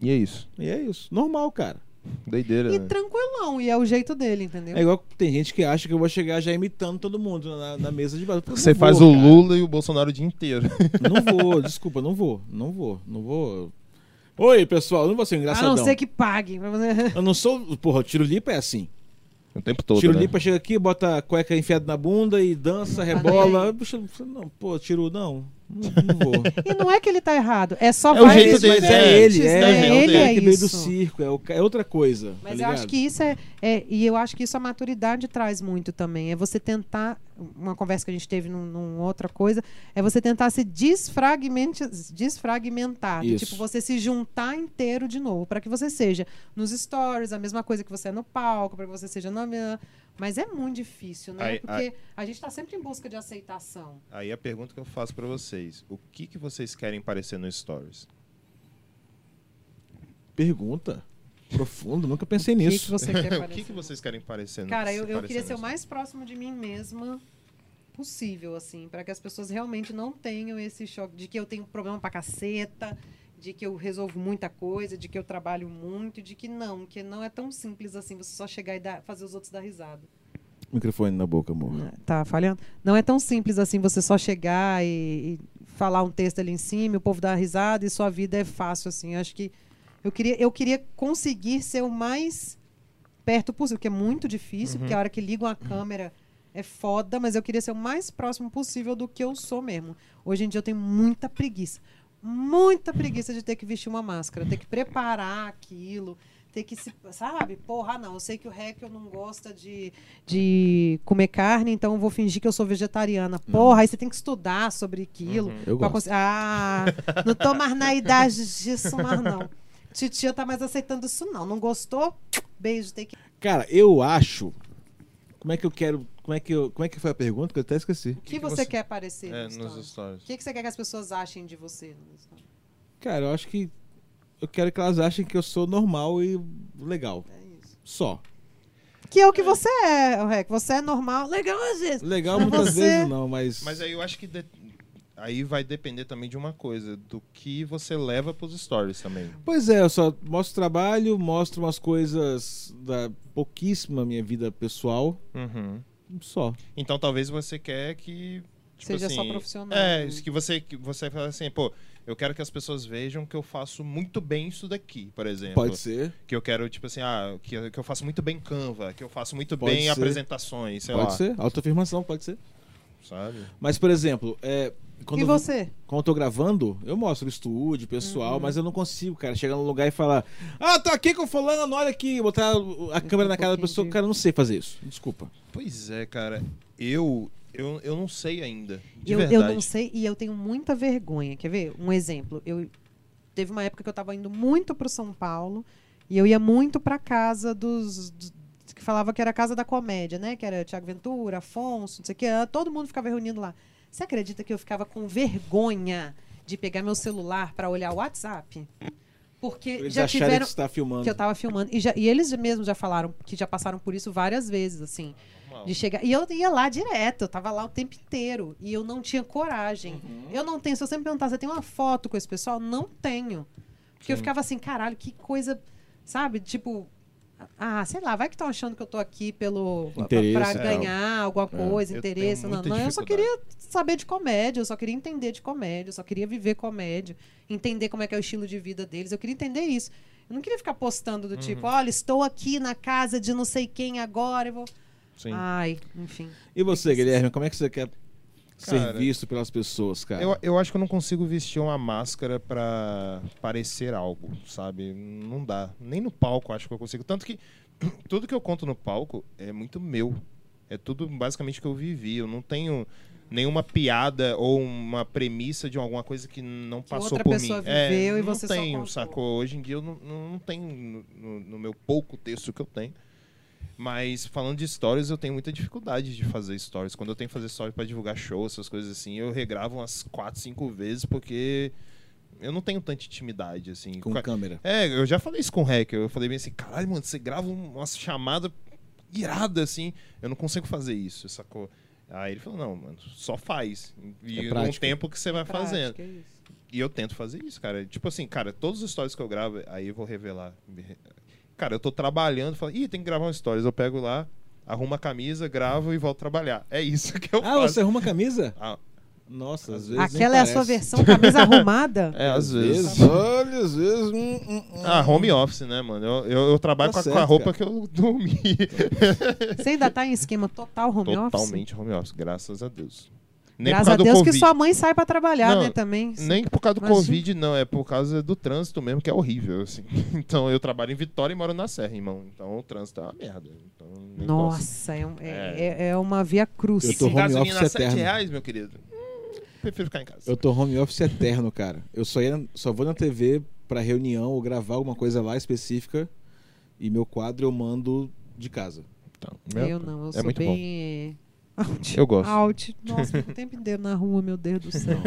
E é isso. e é isso. Normal, cara. Doideira, E tranquilão, e é o jeito dele, entendeu? É igual que tem gente que acha que eu vou chegar já imitando todo mundo na, na mesa de baixo. Você faz o Lula e o Bolsonaro o dia inteiro. Não vou, desculpa, não vou, não vou, não vou. Oi, pessoal, eu não vou ser um A engraçadão. não ser que pague. mas- Eu não sou. Porra, o Tiro Lipa é assim. O tempo todo, Tiro né? Lipa chega aqui, bota a cueca enfiada na bunda e dança, nem rebola. Puxa, não, pô, Tiro, não. Não, não vou. E não é que ele tá errado, é só É o vibes jeito dele, Mas é diferentes, ele, é, né? é o ele jeito é que veio do isso. circo, é, o ca- é outra coisa. Mas tá eu ligado? acho que isso é, é- E eu acho que isso a maturidade traz muito também. É você tentar. Uma conversa que a gente teve num, num outra coisa. É você tentar se desfragmente- desfragmentar. do Isso. Tipo, você se juntar inteiro de novo. para que você seja nos stories, a mesma coisa que você é no palco, para que você seja na. Mas é muito difícil, né? Aí- Porque a gente está sempre em busca de aceitação. Aí a pergunta que eu faço pra vocês: o que, que vocês querem parecer nos stories? Pergunta. Profundo, nunca pensei O que nisso. que você quer o que, parecer? que vocês querem parecer Cara, se assim. eu, eu parecer queria ser o nos- mais próximo de mim mesma possível, assim, para que as pessoas realmente não tenham esse choque de que eu tenho problema pra caceta, de que eu resolvo muita coisa, de que eu trabalho muito, de que não, que não é tão simples assim você só chegar e dar- fazer os outros dar risada. Microfone na boca, amor. Tá falhando? Não é tão simples assim você só chegar e, e falar um texto ali em cima, e o povo dar risada e sua vida é fácil, assim. Eu acho que eu queria, eu queria conseguir ser o mais perto possível, que é muito difícil, porque a hora que ligam a câmera é foda, mas eu queria ser o mais próximo possível do que eu sou mesmo. Hoje em dia eu tenho muita preguiça. Muita preguiça de ter que vestir uma máscara, ter que preparar aquilo, ter que se. Sabe? Porra, não. Eu sei que o Heckel não gosta de, de comer carne, então eu vou fingir que eu sou vegetariana. Porra, aí você tem que estudar sobre aquilo. Uhum. Eu Pra gosto. cons- Ah, não tô mais na idade disso, mas não. Titia tá mais aceitando isso, não. Não gostou? Beijo, tem que. Cara, eu acho. Como é que eu quero. Como é que, eu, como é que foi a pergunta? Que eu até esqueci. O que, que você, você- quer aparecer É, no stories? nos stories. O que, que você quer que as pessoas achem de você? no stories? Cara, eu acho que. Eu quero que elas achem que eu sou normal e legal. É isso. Só. Que é o que você é, Rec. Você é normal. Legal, às vezes. Legal Pra muitas você- vezes não, mas. Mas aí eu acho que de- aí vai depender também de uma coisa, do que você leva pros stories também. Pois é, eu só mostro trabalho, mostro umas coisas da pouquíssima minha vida pessoal. Uhum. Só. Então talvez você quer que tipo Seja assim, só profissional, É, né? isso que você que você fala assim, pô, eu quero que as pessoas vejam que eu faço muito bem isso daqui, por exemplo. Pode ser. Que eu quero tipo assim, ah, que, eu- que eu faço muito bem Canva, que eu faço muito Pode bem ser. apresentações, sei pode lá, ser. Autoafirmação, pode ser. sabe? Mas, por exemplo, é. Quando e eu- você? Quando eu tô gravando, eu mostro o estúdio, o Uhum. pessoal, mas eu não consigo, cara, chegar num lugar e falar: Ah, tô aqui com fulano, olha aqui, botar a câmera na cara da pouquinho pessoa. de- Cara, eu não sei fazer isso. Desculpa. Pois é, cara. Eu eu, eu não sei ainda, de Eu, eu verdade. não sei e eu tenho muita vergonha. Quer ver? Um exemplo. Eu teve uma época que eu tava indo muito pro São Paulo e eu ia muito pra casa dos, dos- que falava que era a casa da comédia, né? Que era Tiago Ventura, ah, Afonso, não sei o que. Todo mundo ficava reunindo lá. Você acredita que eu ficava com vergonha? de pegar meu celular para olhar o WhatsApp. Porque Eles já acharem tiveram que você tá filmando. que eu tava filmando. E, já- e eles mesmos já falaram que já passaram por isso várias vezes, assim. Normal. De chegar. E eu ia lá direto, eu tava lá o tempo inteiro. E eu não tinha coragem. Uhum. Eu não tenho. Se eu sempre perguntar, você tem uma foto com esse pessoal? Não tenho. Porque eu Sim. ficava assim, caralho, que coisa. Sabe? Tipo. Ah, sei lá, vai que estão achando que eu tô aqui pelo. pra- Interesse pra e tal. ganhar alguma coisa, é. Eu interesse. tenho Não, muita não. Eu só dificuldade. queria saber de comédia, eu só queria entender de comédia, eu só queria viver comédia, entender como é que é o estilo de vida deles. Eu queria entender isso. Eu não queria ficar postando do tipo, Uhum. olha, estou aqui na casa de não sei quem agora. Eu vou... Sim. Ai, enfim. E você, Guilherme, como é que você quer ser Cara, visto pelas pessoas, cara? Eu, eu acho que eu não consigo vestir uma máscara pra parecer algo, sabe? Não dá. Nem no palco eu acho que eu consigo. Tanto que tudo que eu conto no palco é muito meu. É tudo basicamente que eu vivi. Eu não tenho nenhuma piada ou uma premissa de alguma coisa que não passou outra por pessoa mim. É, viveu e não você só tenho, contou. sacou? Hoje em dia eu não, não não tenho no- no- no meu pouco texto que eu tenho. Mas falando de stories, eu tenho muita dificuldade de fazer stories. Quando eu tenho que fazer stories pra divulgar shows, essas coisas assim, eu regravo umas 4, 5 vezes porque eu não tenho tanta intimidade assim. Com Qua- câmera. É, eu já falei isso com o hacker. Eu falei bem assim, caralho, mano, você grava um- umas chamadas irada assim, eu não consigo fazer isso, sacou? Aí ele falou, não, mano, só faz. É E com o prática. tempo que você vai Tá fazendo. Prática, é isso. E eu tento fazer isso, cara. Tipo assim, cara, todos os stories que eu gravo, aí eu vou revelar. Cara, eu tô trabalhando, falo, ih, tem que gravar um stories. Eu pego lá, arrumo a camisa, gravo e volto trabalhar. É isso que eu Ah, faço. você arruma a camisa? Ah, Nossa, às vezes. nem Aquela é a sua parece. versão camisa arrumada? é, às vezes. Olha, às vezes. hum, hum, hum. Ah, home office, né, mano? Eu, eu, eu trabalho Tá com, a, com a certo, roupa que eu dormi. Você ainda tá em esquema total home office? Totalmente home office, graças a Deus. Nem Graças a por causa do Deus Covid. que sua mãe sai pra trabalhar, Não, né, também. Nem por causa do Imagina. Covid, não. É por causa do trânsito mesmo, que é horrível, assim. Então, eu trabalho em Vitória e moro na Serra, irmão. Então, o trânsito é uma merda. Então, nem gosto. Nossa, é, um- é, é- é uma via cruz. Eu tô home com gasolina office a 7 eterno. reais, meu querido. hum, prefiro ficar em casa. Eu tô home office eterno, cara. Eu só, ia- só vou na TV pra reunião ou gravar alguma coisa lá específica. E meu quadro eu mando de casa. Então, Eu não, eu é sou muito bem. eh, out. Eu gosto. Out. Nossa, fico o tempo inteiro na rua, meu Deus do céu.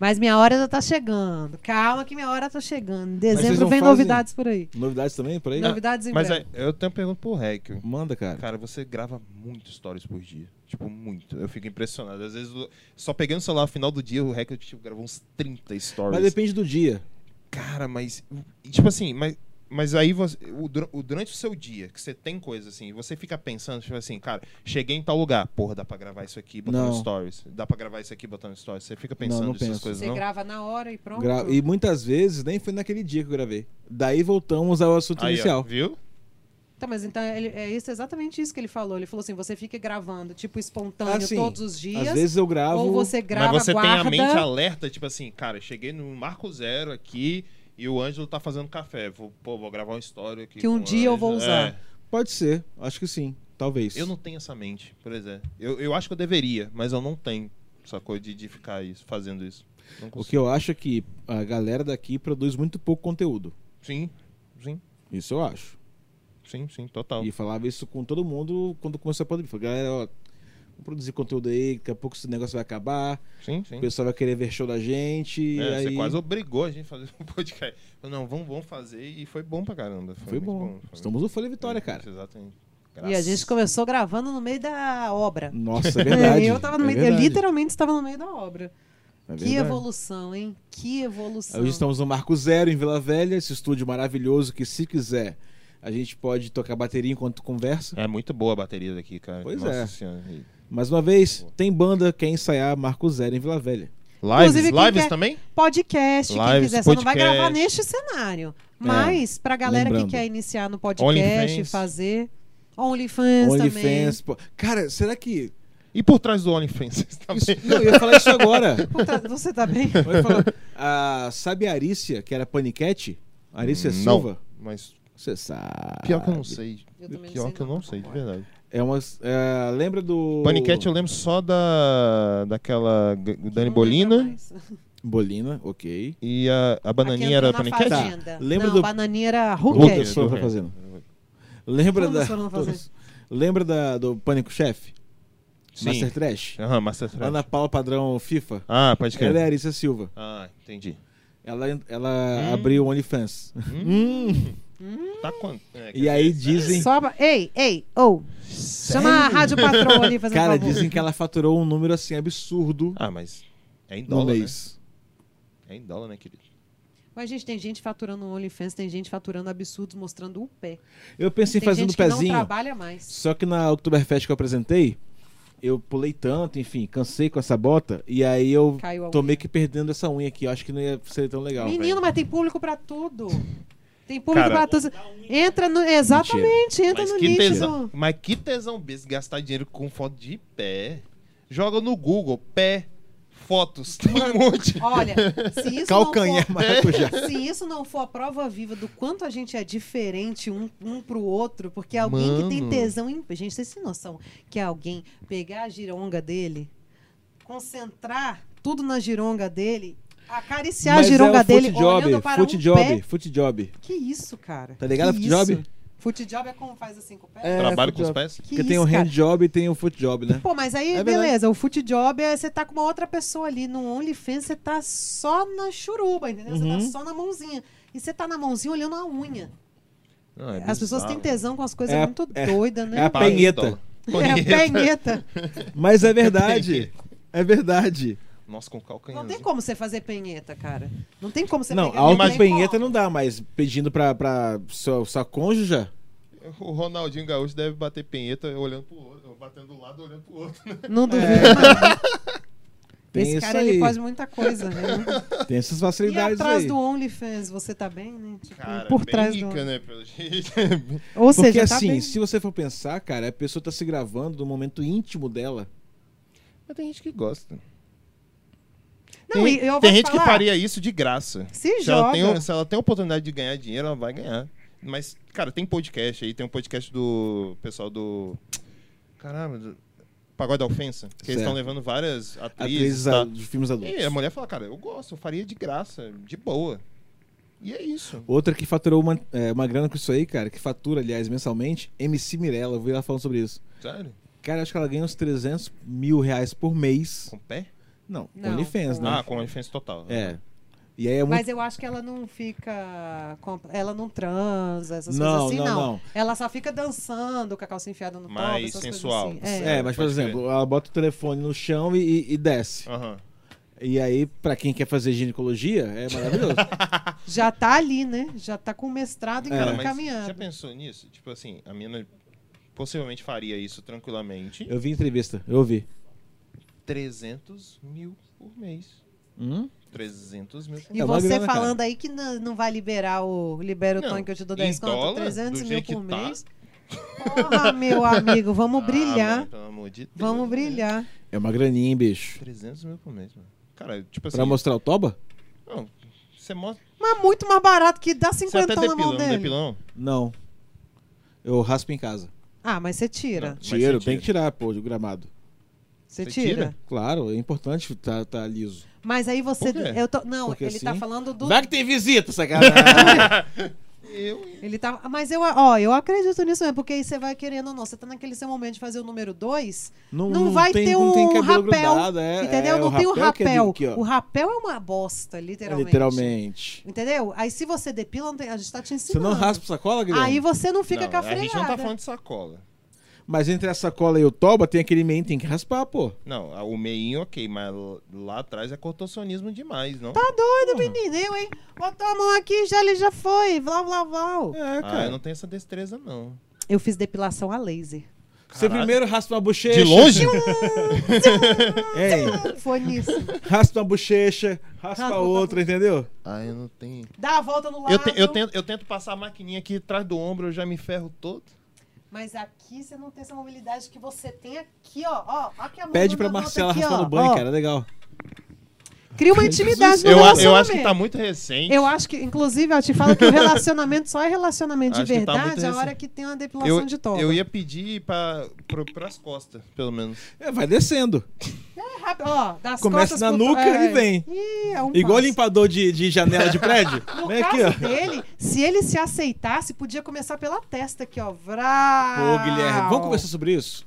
Mas minha hora já tá chegando. Calma que minha hora tá chegando. Em vocês dezembro não vem fazem- novidades por aí. Novidades também por aí? Novidades em Mas breve. é, eu tenho uma pergunta pro Rec. Manda, cara. Cara, você grava muito stories por dia. Tipo, muito. Eu fico impressionado. Às vezes, eu- só pegando o celular no final do dia, o Rec tipo, gravou uns 30 stories. Mas depende do dia. Cara, mas. e, Tipo assim, mas, mas aí você. o dura- o- durante o seu dia, que você tem coisa assim, você fica pensando, tipo assim, cara, cheguei em tal lugar. Porra, dá pra gravar isso aqui botando Não. stories. Dá pra gravar isso aqui botando stories. Você fica pensando Não, não nessas penso. coisas, Você não? grava na hora e pronto. Gra- E muitas vezes nem foi naquele dia que eu gravei. Daí voltamos ao assunto Aí, ó, inicial. viu? Tá, mas então ele- é isso, exatamente isso que ele falou. Ele falou assim: você fica gravando, tipo, espontâneo Ah, sim. todos os Às dias. vezes eu gravo. ou você grava, Mas você guarda. tem a mente alerta, tipo assim, cara, cheguei no Marco Zero aqui e o Ângelo tá fazendo café. Vou, pô, vou gravar uma história aqui. Que um com o dia eu vou Ângelo. usar. É, Pode ser, acho que sim. Talvez. eu não tenho essa mente, por exemplo. Eu, eu acho que eu deveria, mas eu não tenho essa coisa de, de ficar isso, fazendo isso. Não O consigo. que eu acho é que a galera daqui produz muito pouco conteúdo. Sim, sim. Isso eu acho. Sim, sim, total. E falava isso com todo mundo quando começou a pandemia. Falei, galera, ó, vamos produzir conteúdo aí, daqui a pouco esse negócio vai acabar, Sim, o sim. pessoal vai querer ver show da gente. É, aí... Você quase obrigou a gente a fazer um podcast. Falou, Não, vamos, vamos fazer e foi bom pra caramba. Foi muito bom. foi É, Estamos no Folha muito- Vitória, cara. Exatamente. E a Graças. gente começou gravando no meio da obra. Nossa, é verdade. eu tava no é meio, eu verdade, literalmente estava no meio da obra. é Que verdade. evolução, hein? Que evolução. Hoje estamos no Marco Zero, em Vila Velha, esse estúdio maravilhoso que, se quiser, a gente pode tocar bateria enquanto conversa. É muito boa a bateria daqui, cara. Pois Nossa é. Senhora. E- Mais uma vez, tem banda que quer ensaiar Marco Zero em Vila Velha. Lives, Inclusive, quem lives quer- também? Podcast, quem Lives, quiser. Você não vai podcast. gravar neste cenário. Mas, pra galera É. lembrando. que quer iniciar no podcast, OnlyFans. fazer. OnlyFans, também. OnlyFans. pô. Cara, será que. E por trás do OnlyFans também? Isso- Não, eu ia falar isso agora. Puta, você tá bem? Eu ia falar, ah, sabe a Arícia, que era paniquete? Arícia Hum, Não, Silva? Mas Você sabe. pior que eu não sei. Ah, Eu também não pior sei que eu não não, sei, de concordo. verdade. É uma. é, lembra do. Paniquete é um- eu lembro só da daquela G- Dani Não lembro Bolina mais. Bolina, ok. e a, a Aqui bananinha era entrou na Paniquete? Tá. Fazenda. Lembra não, do- bananinha era Lucas Hulk. Hulk. Souza tá fazendo. Lembra Todas da. foram todas. Lembra da, do Pânico Chefe? Sim. Master Trash. Aham, Master Trash. Ana Paula Padrão FIFA. Ah, pode Ela é crer. a Arissa Silva. Ah, entendi. Ela, ela Hum. abriu o OnlyFans. Hum. Tá quanto? É, E aí dizem. Só pra- Ei, ei, ou. Chama a Rádio Patrão ali fazendo Cara, favor. dizem que ela faturou um número assim absurdo Ah, mas é em no dólar, né? mês. É em dólar, né, querido? Mas, gente, tem gente faturando no OnlyFans, tem gente faturando absurdos, mostrando o pé. Eu pensei em tem fazer no gente que pezinho. não trabalha mais. Só que na Oktoberfest que eu apresentei, eu pulei tanto, enfim, cansei com essa bota. E aí eu Caiu a tô unha. meio que perdendo essa unha aqui. Eu acho que não ia ser tão legal. Menino, velho. mas tem público pra tudo. Tem público pra Cara, tudo. Entra no. Exatamente, entra Mas Então no que, nicho. tesão, mas que tesão besta gastar dinheiro com foto de pé. Joga no Google, pé, fotos, tem um monte. Olha, se isso Calcanhar não maracujá. for, se isso não for a prova viva do quanto a gente é diferente um, um pro outro, porque alguém que tem Mano. tesão em. Gente, vocês têm noção que é alguém pegar a gironga dele, concentrar tudo na gironga dele, acariciar Mas a gironga é o dele, foot job, olhando para foot um job, pé. foot job. Que isso, cara? Tá ligado, foot que job? isso? Foot job é como faz assim com o pé? É, Trabalho foot com os job. pés? Que Porque isso, tem o hand cara? job e tem o foot job, né? Pô, mas aí, É verdade. beleza, o foot job é você tá com uma outra pessoa ali. No OnlyFans, você tá só na churuba, entendeu? Você Uhum. tá só na mãozinha. E você tá na mãozinha olhando a unha. Não, é As pessoas têm bizarro. tesão com as coisas É- muito doidas, né? é a velho? Para em penheta. dólar. É a penheta. Mas é verdade. é verdade. Nossa, com calcanhar. Não tem como você fazer penheta, cara. Não tem como você Não, pegar altas ninguém. penheta não dá, mas pedindo pra, pra sua, sua cônjuge, O Ronaldinho Gaúcho deve bater penheta olhando pro outro, batendo do lado olhando pro outro. Não duvido. nada. É. Tem Esse isso cara, aí. ele faz muita coisa, né? tem essas E facilidades atrás aí. do OnlyFans, você tá bem, né? Tipo, Cara, por bem trás rica, do... né, pelo jeito. Ou Porque seja, tá assim, bem. se você for pensar, cara, a pessoa tá se gravando no momento íntimo dela. Mas tem gente que gosta. Não, e eu vou tem gente que falar, faria isso de graça. Se Se ela, joga. tem, um se ela tem a oportunidade de ganhar dinheiro, ela vai ganhar. Mas, cara, tem podcast aí, tem um podcast do pessoal do. Caramba, do Pagode da Ofensa. Que Certo. eles estão levando várias atrizes. Atrizes tá? a- de filmes adultos. E a mulher fala, cara, eu gosto, eu faria de graça, de boa. E é isso. Outra que faturou uma, é, uma grana com isso aí, cara, que fatura, aliás, mensalmente, MC Mirella, eu vi ela falando sobre isso. Sério? Cara, acho que ela ganha uns 300 mil reais por mês. Com pé? Não, com Não, OnlyFans, com- né? Ah, com a ofensa total. É. E aí é muito. Mas eu acho que ela não fica. com- Ela não transa, essas Não, coisas assim, não, não. não. Ela só fica dançando com a calça enfiada no Mais top, essas sensual. coisas assim. É. É, mas por Pode crer. exemplo, ela bota o telefone no chão e- e, e desce. Aham. E aí, pra quem quer fazer ginecologia, é maravilhoso. Já tá ali, né? Já tá com o mestrado em Cara, é. mas já caminhando. pensou nisso? Tipo assim, a mina possivelmente faria isso tranquilamente. eu vi entrevista, eu ouvi. 300 mil por mês. Hum? 300 mil por E É uma você grana, cara. falando aí que não, não vai liberar o. Libera o Não, Tony que eu te dou em 10 conto, dólar, 300 do mil jeito que por tá. mês. Porra, meu amigo, vamos Ah, brilhar. mano, pelo amor de Deus, Vamos mano. brilhar. É uma graninha, hein, bicho. 300 mil por mês, mano. Cara, tipo assim. Pra mostrar o toba? não, você mostra. Mas muito mais barato que dá Você é 50 até na mão depilão, dele. depilão. Não. Eu raspo em casa. Ah, mas você tira. Não, mas Tiro, você tem que tirar, pô, do gramado. Você Você tira. tira? Claro, é importante tá, tá liso. Mas aí você. Por quê? Eu tô, não, Porque ele tá assim- falando do. Vai que tem visita, sacanagem. Eu. Ele tá, mas eu, ó, eu acredito nisso mesmo, porque aí você vai querendo ou não. Você tá naquele seu momento de fazer o número 2, não, vai ter um não tem rapel. cabelo grudado, é- entendeu? é, não tem o que é de- rapel. aqui, ó. o rapel é uma bosta, É, literalmente. literalmente. Entendeu? Aí se você depila, não tem- a gente tá te Você ensinando. não raspa sacola, Guilherme? Aí você não fica não, com a a gente não tá freada. falando de sacola. Mas entre a sacola e o toba tem aquele meio, tem que raspar, pô. Não, a- o meinho, ok, mas lá atrás é cortocionismo demais, não? Tá doido, menino, eu, hein? Botou a mão aqui, já ele já foi. Blá, blá, blá. É, Ah, cara. eu não tenho essa destreza, não. Eu fiz depilação a laser. Você Caralho. primeiro raspa uma bochecha. É, De longe? Hein? Foi nisso. Raspa uma bochecha, raspa Raspa outra, entendeu? ah, eu não tenho. Dá a volta no lado. Eu, te- eu tento, eu tento passar a maquininha aqui atrás do ombro, eu já me ferro todo. Mas aqui você não tem essa mobilidade que você tem aqui, ó. ó aqui a mão Pede do pra Nanota Marcela aqui, raspar ó, no banho, ó. cara, é legal. Cria uma intimidade no Eu, a- eu relacionamento. acho que tá muito recente. Eu acho que, inclusive, eu te falo que o relacionamento só é relacionamento de Acho que tá verdade muito a hora recente. que tem uma depilação de toba. eu ia pedir pra, pro, pras costas, pelo menos. É, vai descendo. É rápido, ó, das Começa costas na pro- nuca é. e vem. Ih, é um Igual passo. limpador de, de janela de prédio. No Vem aqui, caso ó. dele, se ele se aceitasse, podia começar pela testa aqui, ó. Ô, Vrá! Guilherme, vamos conversar sobre isso?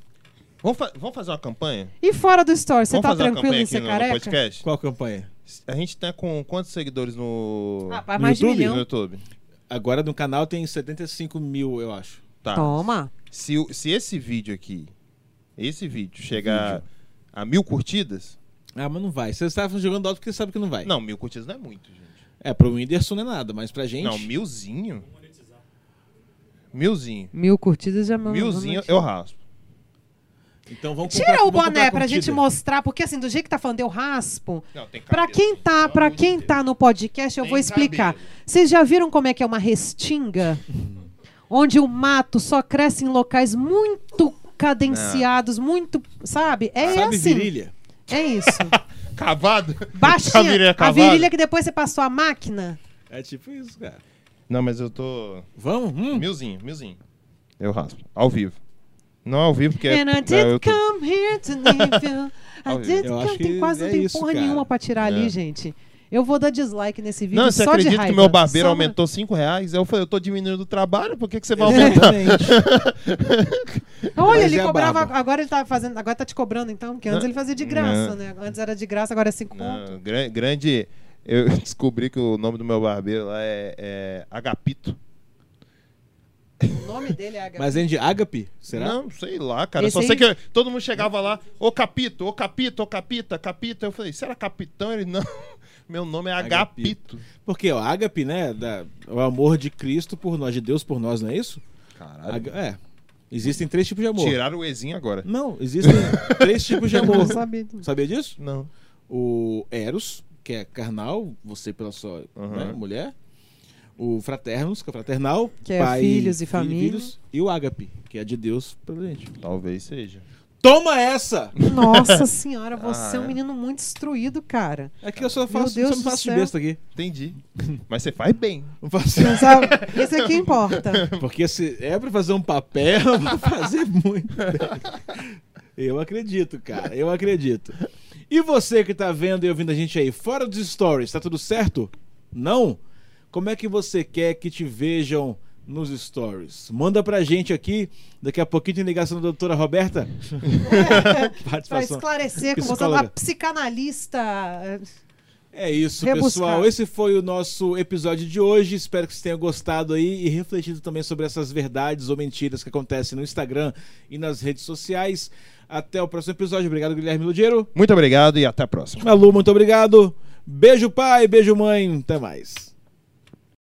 Vamos, fa- vamos fazer uma campanha? E fora do story, você vamos tá fazer uma tranquilo campanha em aqui ser no, no careca? podcast? Qual campanha? A gente tá com quantos seguidores no, Ah, pá, No mais de YouTube? no milhão. YouTube? Agora no canal tem 75 mil, eu acho. Tá. Toma. Se, o- se esse vídeo aqui, esse vídeo, chegar a mil curtidas... Ah, mas não vai. Você está jogando alto porque sabe que não vai. Não, mil curtidas não é muito, gente. É, pro Whindersson não é nada, mas pra gente. Não, milzinho? Milzinho. Mil curtidas já mandou. Milzinho eu raspo. Então vamos comprar, Tira o vamos comprar boné pra curtida. gente mostrar, porque assim, do jeito que tá falando, eu raspo. Não, tem Pra cabelo, quem gente, tá, pelo para amor de quem Deus. tá no podcast, eu Tem vou explicar. cabelo. Vocês já viram como é que é uma restinga? Onde o mato só cresce em locais muito cadenciados, muito, sabe? É Sabe assim. virilha? É isso. Cavado? Baixinha. A virilha é a cavada? virilha que depois você passou a máquina. É tipo isso, cara. Não, mas eu tô... Vamos? Hum. Milzinho, milzinho. Eu raspo. Ao vivo. Não ao vivo, porque é... And I é, did eu tô- come here to leave you. I Eu did acho come. que Tem quase é não tem isso, porra cara. nenhuma pra tirar ali, É. gente. Eu vou dar dislike nesse vídeo Não, você só de acredita raiva. que meu barbeiro Só uma- aumentou 5 reais? Eu falei, eu tô diminuindo o trabalho, por que, que você vai aumentar? Exatamente. Olha, Mas ele é a cobrava. braba. Agora ele tá fazendo. Agora tá te cobrando, então, porque antes Não, ele fazia de graça, não. né? Antes era de graça, agora é cinco pontos. Não, gran- grande. Eu descobri que o nome do meu barbeiro lá é, é Agapito. O nome dele é H. Mas é de ágape? Será? Não, sei lá, cara. Esse Só aí- sei que eu- todo mundo chegava lá, ô Capito, ô Capito, ô Capita, Capita. Eu falei, você era capitão? Ele, não. Meu nome é Agapito. Porque o ágape, né? da- o amor de Cristo por nós, de Deus por nós, não é isso? Caralho. Aga- é. Existem três tipos de amor. Tiraram o Ezinho agora. Não, existem três tipos de Eu não amor. sabia disso. Sabia disso? Não. O Eros, que é carnal, você pela sua Uhum. né, mulher. O Fraternos, que é fraternal. Que é filhos e fi- família. filhos. E o Ágape, que é de Deus pela gente. Talvez seja. Toma essa! Nossa senhora, você Ah, é um é. menino muito instruído, cara. É que eu só Meu faço, Deus só me do faço de céu. besta aqui. Entendi. Mas você faz bem. Não faço... Não sabe? Esse aqui importa. Porque se é pra fazer um papel, eu vou fazer muito. Eu acredito, cara. Eu acredito. E você que tá vendo e ouvindo a gente aí, fora dos stories, tá tudo certo? Não? Como é que você quer que te vejam nos stories? Manda pra gente aqui. Daqui a pouquinho tem ligação da doutora Roberta. Pra Participação. esclarecer com você, Psicóloga. uma psicanalista. É isso, Rebuscar. pessoal. Esse foi o nosso episódio de hoje. Espero que vocês tenham gostado aí e refletido também sobre essas verdades ou mentiras que acontecem no Instagram e nas redes sociais. Até o próximo episódio. Obrigado, Guilherme Ludiero. Muito obrigado e até a próxima. Malu, muito obrigado. Beijo, pai. Beijo, mãe. Até mais.